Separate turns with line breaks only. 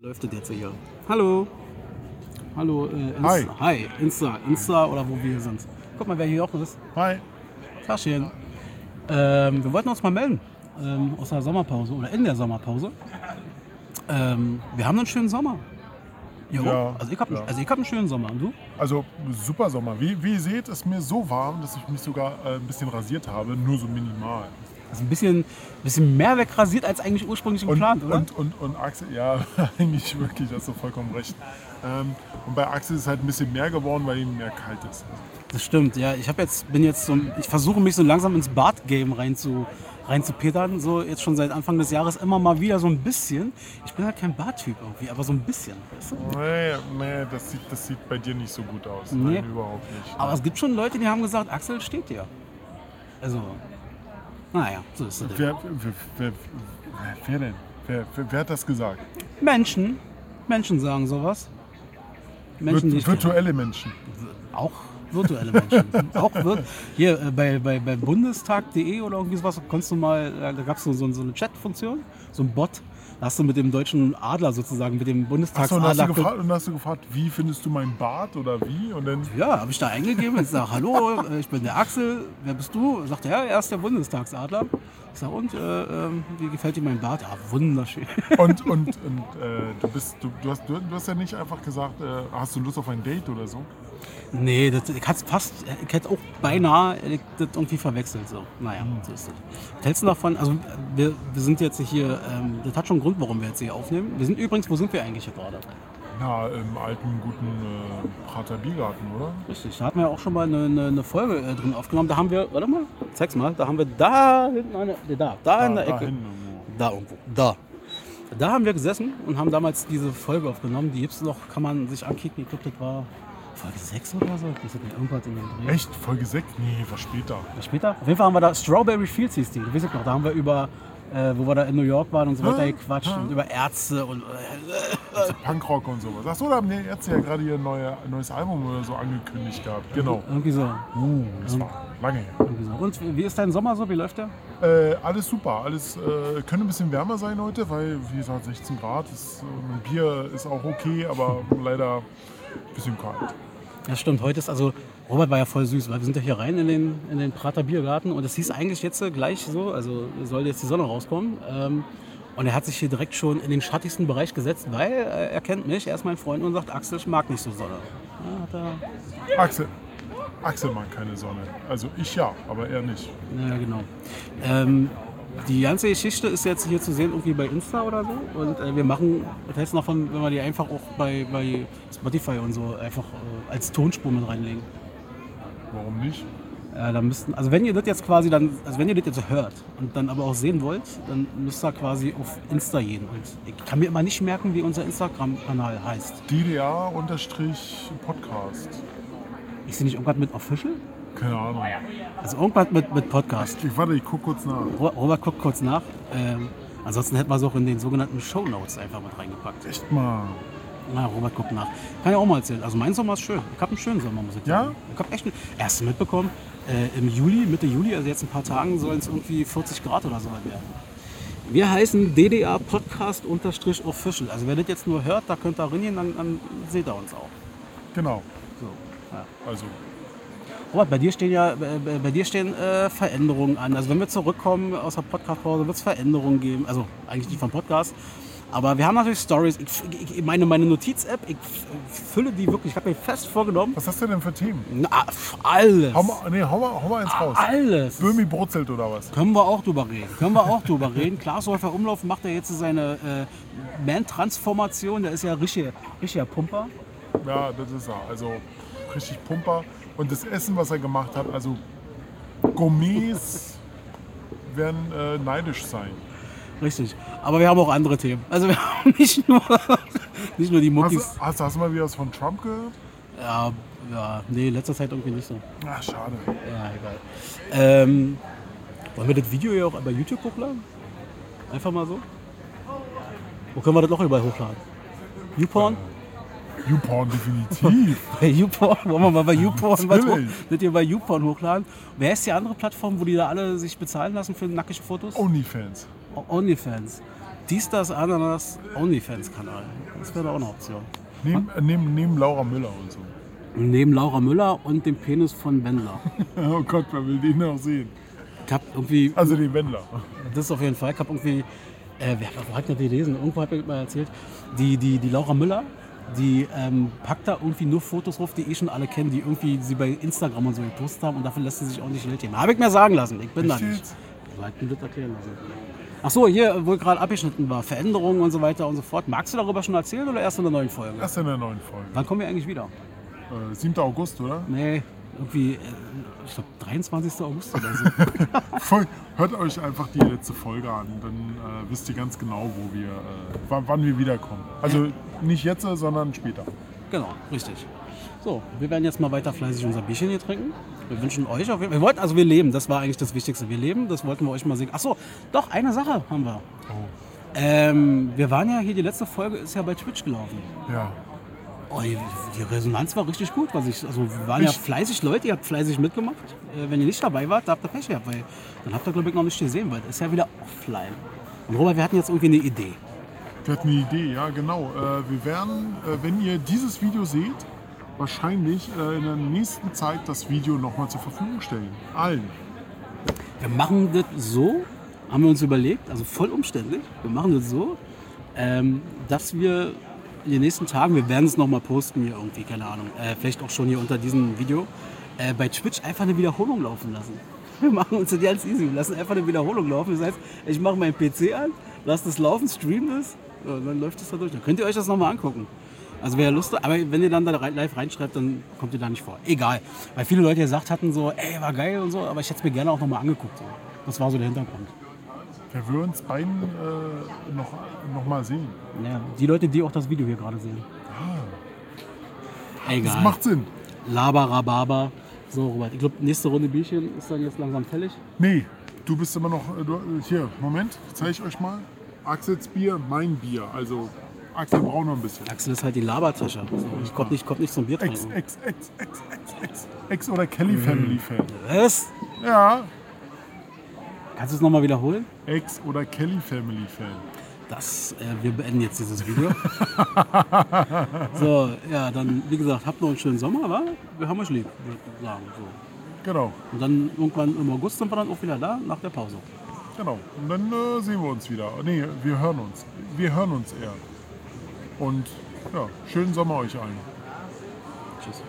Läuft das jetzt hier? Hallo. Hallo, äh, Insta.
Hi.
Hi, Insta. Insta oder wo wir sind. Guck mal, wer hier auch ist.
Hi.
Taschen. Ähm, wir wollten uns mal melden ähm, aus der Sommerpause oder in der Sommerpause. Ähm, wir haben einen schönen Sommer. Jo,
Ja,
also ich habe
ja.
also ich hab einen schönen Sommer. Und du?
Also super Sommer. Wie, wie ihr seht, ist mir so warm, dass ich mich sogar äh, ein bisschen rasiert habe, nur so minimal.
Also ein bisschen, bisschen mehr wegrasiert als eigentlich ursprünglich
Und,
geplant, oder?
und, und, und Axel, ja, eigentlich wirklich, hast du vollkommen recht. Ähm, und bei Axel ist es halt ein bisschen mehr geworden, weil ihm mehr kalt ist.
Das stimmt, ja. Ich habe jetzt, bin jetzt so, ich versuche mich so langsam ins Bart-Game rein zu, rein zu petern. So jetzt schon seit Anfang des Jahres immer mal wieder so ein bisschen. Ich bin halt kein Barttyp irgendwie, aber so ein bisschen. Weißt du?
Nee, nee, das sieht, das sieht bei dir nicht so gut aus.
Nee.
Nein, überhaupt nicht.
Aber es gibt schon Leute, die haben gesagt, Axel steht dir. Also, naja, so ist es.
Wer, wer, wer, wer denn? Wer, wer, wer hat das gesagt?
Menschen, Menschen sagen sowas. Menschen, die
Virt-
ich
virtuelle Menschen.
auch virtuelle Menschen. auch wir hier äh, bei, bei, bei bundestag.de oder irgendwie sowas konntest du mal, äh, da gab es so, so, so eine Chat-Funktion, so ein Bot. Da hast du mit dem deutschen Adler sozusagen, mit dem
Achso, und, hast
Bundestagsadler.
du gefragt- und hast du gefragt, wie findest du meinen Bart oder wie? Und dann
ja, habe ich da eingegeben und sage, hallo, äh, ich bin der Axel, wer bist du? Sagt er, ja, er ist der Bundestagsadler. Ich sage, und, äh, ähm, wie gefällt dir mein Bart? Ah, wunderschön.
Und, und, und äh, du, bist, du, du, hast, du, du hast ja nicht einfach gesagt, äh, hast du Lust auf ein Date oder so?
Nee, das, ich hätte fast, ich hätte auch beinahe äh, das irgendwie verwechselt. So. Naja, so ist das. Was hältst du davon? Also wir, wir sind jetzt hier, ähm, das hat schon einen Grund, warum wir jetzt hier aufnehmen. Wir sind übrigens, wo sind wir eigentlich hier gerade?
Na, im alten, guten äh, Prater Biergarten, oder?
Richtig, da hatten wir ja auch schon mal eine, eine, eine Folge äh, drin aufgenommen. Da haben wir, warte mal, zeig's mal, da haben wir da hinten eine, nee, da, da Ah, in der
da
Ecke.
hinten irgendwo.
Da irgendwo, da. Da haben wir gesessen und haben damals diese Folge aufgenommen. Die gibt's noch, kann man sich ankicken. Ich glaube, das war Folge 6 oder so. Das hat mir irgendwas in den Dreh.
Echt? Folge 6? Nee, war später.
Später? Auf jeden Fall haben wir da Strawberry Fields hieß die, du weißt es noch, da haben wir über, äh, wo wir da in New York waren und so weiter
Ah,
gequatscht
ah.
und über Ärzte und äh,
Also Punkrock und sowas. Achso, da haben die Ärzte ja gerade ihr neue, neues Album oder so angekündigt gehabt. Genau.
irgendwie so.
Uh, das war lange her.
Irgendwie so. Und wie- wie ist dein Sommer so, wie läuft der?
Äh, alles super. Alles äh, könnte ein bisschen wärmer sein heute, weil, wie gesagt, 16 Grad. Ist, äh, ein Bier ist auch okay, aber leider ein bisschen kalt.
Ja stimmt, heute ist also, Robert war ja voll süß, weil wir sind ja hier rein in den, in den Prater Biergarten und es hieß eigentlich jetzt äh, gleich so, also soll jetzt die Sonne rauskommen. Ähm, und er hat sich hier direkt schon in den schattigsten Bereich gesetzt, weil äh, er kennt mich, er ist mein Freund und sagt, Axel, ich mag nicht so Sonne. Ja, Ah, hat er,
Axel. Axel mag keine Sonne. Also ich ja, aber er nicht.
Ja, genau. Ähm, die ganze Geschichte ist jetzt hier zu sehen, irgendwie bei Insta oder so. Und äh, wir machen, was hältst du davon, wenn wir die einfach auch bei, bei Spotify und so einfach äh, als Tonspur mit reinlegen?
Warum nicht?
Äh, dann müssten, also wenn ihr das jetzt quasi dann, also wenn ihr das jetzt hört und dann aber auch sehen wollt, dann müsst ihr quasi auf Insta gehen. Und ich kann mir immer nicht merken, wie unser Instagram-Kanal heißt.
DDR-Podcast.
Ist sie nicht irgendwas mit Official?
Keine Ahnung.
Also irgendwas mit, mit Podcast.
Ich warte, ich guck kurz nach.
Ro- Robert guckt kurz nach. Ähm, ansonsten hätten wir es auch in den sogenannten Show Notes einfach mit reingepackt.
Echt mal.
Na, Robert guckt nach. Kann ja auch mal erzählen. Also mein Sommer ist schön. Ich habe einen schönen Sommer, muss ich
Ja?
sagen. Ich habe echt einen. Erst mitbekommen, äh, im Juli, Mitte Juli, also jetzt in ein paar Tagen, sollen es irgendwie 40 Grad oder so weit werden. Wir heißen DDR Podcast unterstrich official. Also wer das jetzt nur hört, da könnt ihr reingehen, dann, dann seht ihr uns auch.
Genau.
So. Ja.
Also,
Robert, bei dir stehen ja äh, bei, bei dir stehen äh, Veränderungen an. Also wenn wir zurückkommen aus der Podcast-Pause, wird es Veränderungen geben. Also eigentlich nicht vom Podcast. Aber wir haben natürlich Stories. Ich, ich, ich- meine, meine Notiz-App, ich f- fülle die wirklich. Ich habe mir fest vorgenommen.
was hast du denn für Themen?
Na, f- alles.
Hau mal, nee, hau mal, hau mal eins raus.
Alles.
Böhmi brutzelt oder was?
Können wir auch drüber reden. Können wir auch drüber reden. Klaasläufer Umlauf macht ja jetzt seine äh, Man-Transformation. Der ist ja richtiger, richtiger Pumper.
Ja, das ist er. Also richtig Pumper. Und das Essen, was er gemacht hat, also Gourmets werden äh, neidisch sein.
Richtig. Aber wir haben auch andere Themen. Also wir haben nicht nur, nicht nur die
Also,
Muckis.
Hast, hast, hast du mal wieder was von Trump gehört?
Ja, ja, nee, letzter Zeit irgendwie nicht so.
Ach, Ah, schade.
Ja, egal. Ähm, wollen wir das Video ja auch bei YouTube hochladen? Einfach mal so? Wo können wir das noch überall hochladen? YouPorn?
YouPorn definitiv.
Bei YouPorn? Wollen wir mal bei YouPorn was hoch-
Natürlich.
das hier bei YouPorn hochladen? Wer ist die
Oh.
andere Plattform, wo die da alle sich bezahlen lassen für nackige Fotos?
OnlyFans.
O- OnlyFans. Dies, das, Ananas, Onlyfans-Kanal. Das wäre da auch eine Option.
Neben, neben, neben Laura Müller und so.
Neben Laura Müller und dem Penis von Wendler.
Oh Gott, wer will den noch sehen?
Ich habe irgendwie
Also den Wendler.
Das ist auf jeden Fall. Ich habe irgendwie, äh, wer, wo hat denn die gelesen? Irgendwo hat mir mal erzählt, die, die, die Laura Müller, die ähm, packt da irgendwie nur Fotos drauf, die eh schon alle kennen, die irgendwie sie bei Instagram und so gepostet haben und dafür lässt sie sich auch nicht wild Habe ich mir sagen lassen, ich bin da
Echt
nicht.
jetzt?
Ich hab mir das erklären lassen. Ach so, hier, wo ich gerade abgeschnitten war, Veränderungen und so weiter und so fort. Magst du darüber schon erzählen oder erst in der neuen Folge?
Erst in der neuen Folge.
Wann kommen wir eigentlich wieder?
Äh, 7. August, oder?
Nee, irgendwie, äh, ich glaube 23. August oder so.
Voll. Hört euch einfach die letzte Folge an, dann äh, wisst ihr ganz genau, wo wir, äh, wann, wann wir wiederkommen. Also nicht jetzt, sondern später.
Genau, richtig. So, wir werden jetzt mal weiter fleißig unser Bierchen hier trinken. Wir wünschen euch auf jeden Fall. Wir wollten, also wir leben, das war eigentlich das Wichtigste. Wir leben, das wollten wir euch mal sehen. Achso, doch, eine Sache haben wir. Ähm, wir waren ja hier, die letzte Folge ist ja bei Twitch gelaufen.
Ja.
Oh, die, die Resonanz war richtig gut. Was ich, also wir waren ja
Ich-
fleißig Leute, ihr habt fleißig mitgemacht. Äh, wenn ihr nicht dabei wart, da habt ihr Pech gehabt, weil dann habt ihr, glaube ich, noch nicht gesehen, weil es ist ja wieder offline. Und Robert, wir hatten jetzt irgendwie eine Idee.
Wir hatten eine Idee, ja, genau. Äh, wir werden, äh, wenn ihr dieses Video seht, wahrscheinlich äh, in der nächsten Zeit das Video nochmal zur Verfügung stellen. Allen.
Wir machen das so, haben wir uns überlegt, also voll umständlich, wir machen das so, ähm, dass wir in den nächsten Tagen, wir werden es nochmal posten hier irgendwie, keine Ahnung, äh, vielleicht auch schon hier unter diesem Video, äh, bei Twitch einfach eine Wiederholung laufen lassen. Wir machen uns das ganz easy, wir lassen einfach eine Wiederholung laufen. Das heißt, ich mache meinen PC an, lasse das laufen, stream das ja, und dann läuft das da durch. Dann könnt ihr euch das nochmal angucken. Also wäre ja lustig, aber wenn ihr dann da rein, live reinschreibt, dann kommt ihr da nicht vor. Egal. Weil viele Leute gesagt hatten so, ey, war geil und so, aber ich hätte es mir gerne auch nochmal angeguckt. So. Das war so der Hintergrund.
Wer will uns beiden äh, noch, noch mal sehen?
Ja, die Leute, die auch das Video hier gerade sehen.
Das
Egal.
macht Sinn.
Labarababa. So, Robert, ich glaube, nächste Runde Bierchen ist dann jetzt langsam fällig.
Nee, du bist immer noch. äh, Du, hier, Moment, zeige ich euch mal. Axels Bier, mein Bier. Also, Axel braucht noch ein bisschen.
Axel ist halt die Labertasche. So, ich komme nicht, komm nicht zum Bier
Ex,
trinken.
ex, ex, ex, ex, ex. Ex oder Kelly Family Fan.
Was?
Ja,
Kannst du es nochmal wiederholen?
Ex oder Kelly Family Fan.
Das, äh, wir beenden jetzt dieses Video. so, ja, dann, wie gesagt, habt noch einen schönen Sommer, wa? Wir haben euch lieb, würde ich sagen. So.
Genau,
Und dann irgendwann im August sind wir dann auch wieder da, nach der Pause.
genau. Und dann äh, sehen wir uns wieder. Nee, wir hören uns. Wir hören uns eher. Und ja, schönen Sommer euch allen.
Tschüss.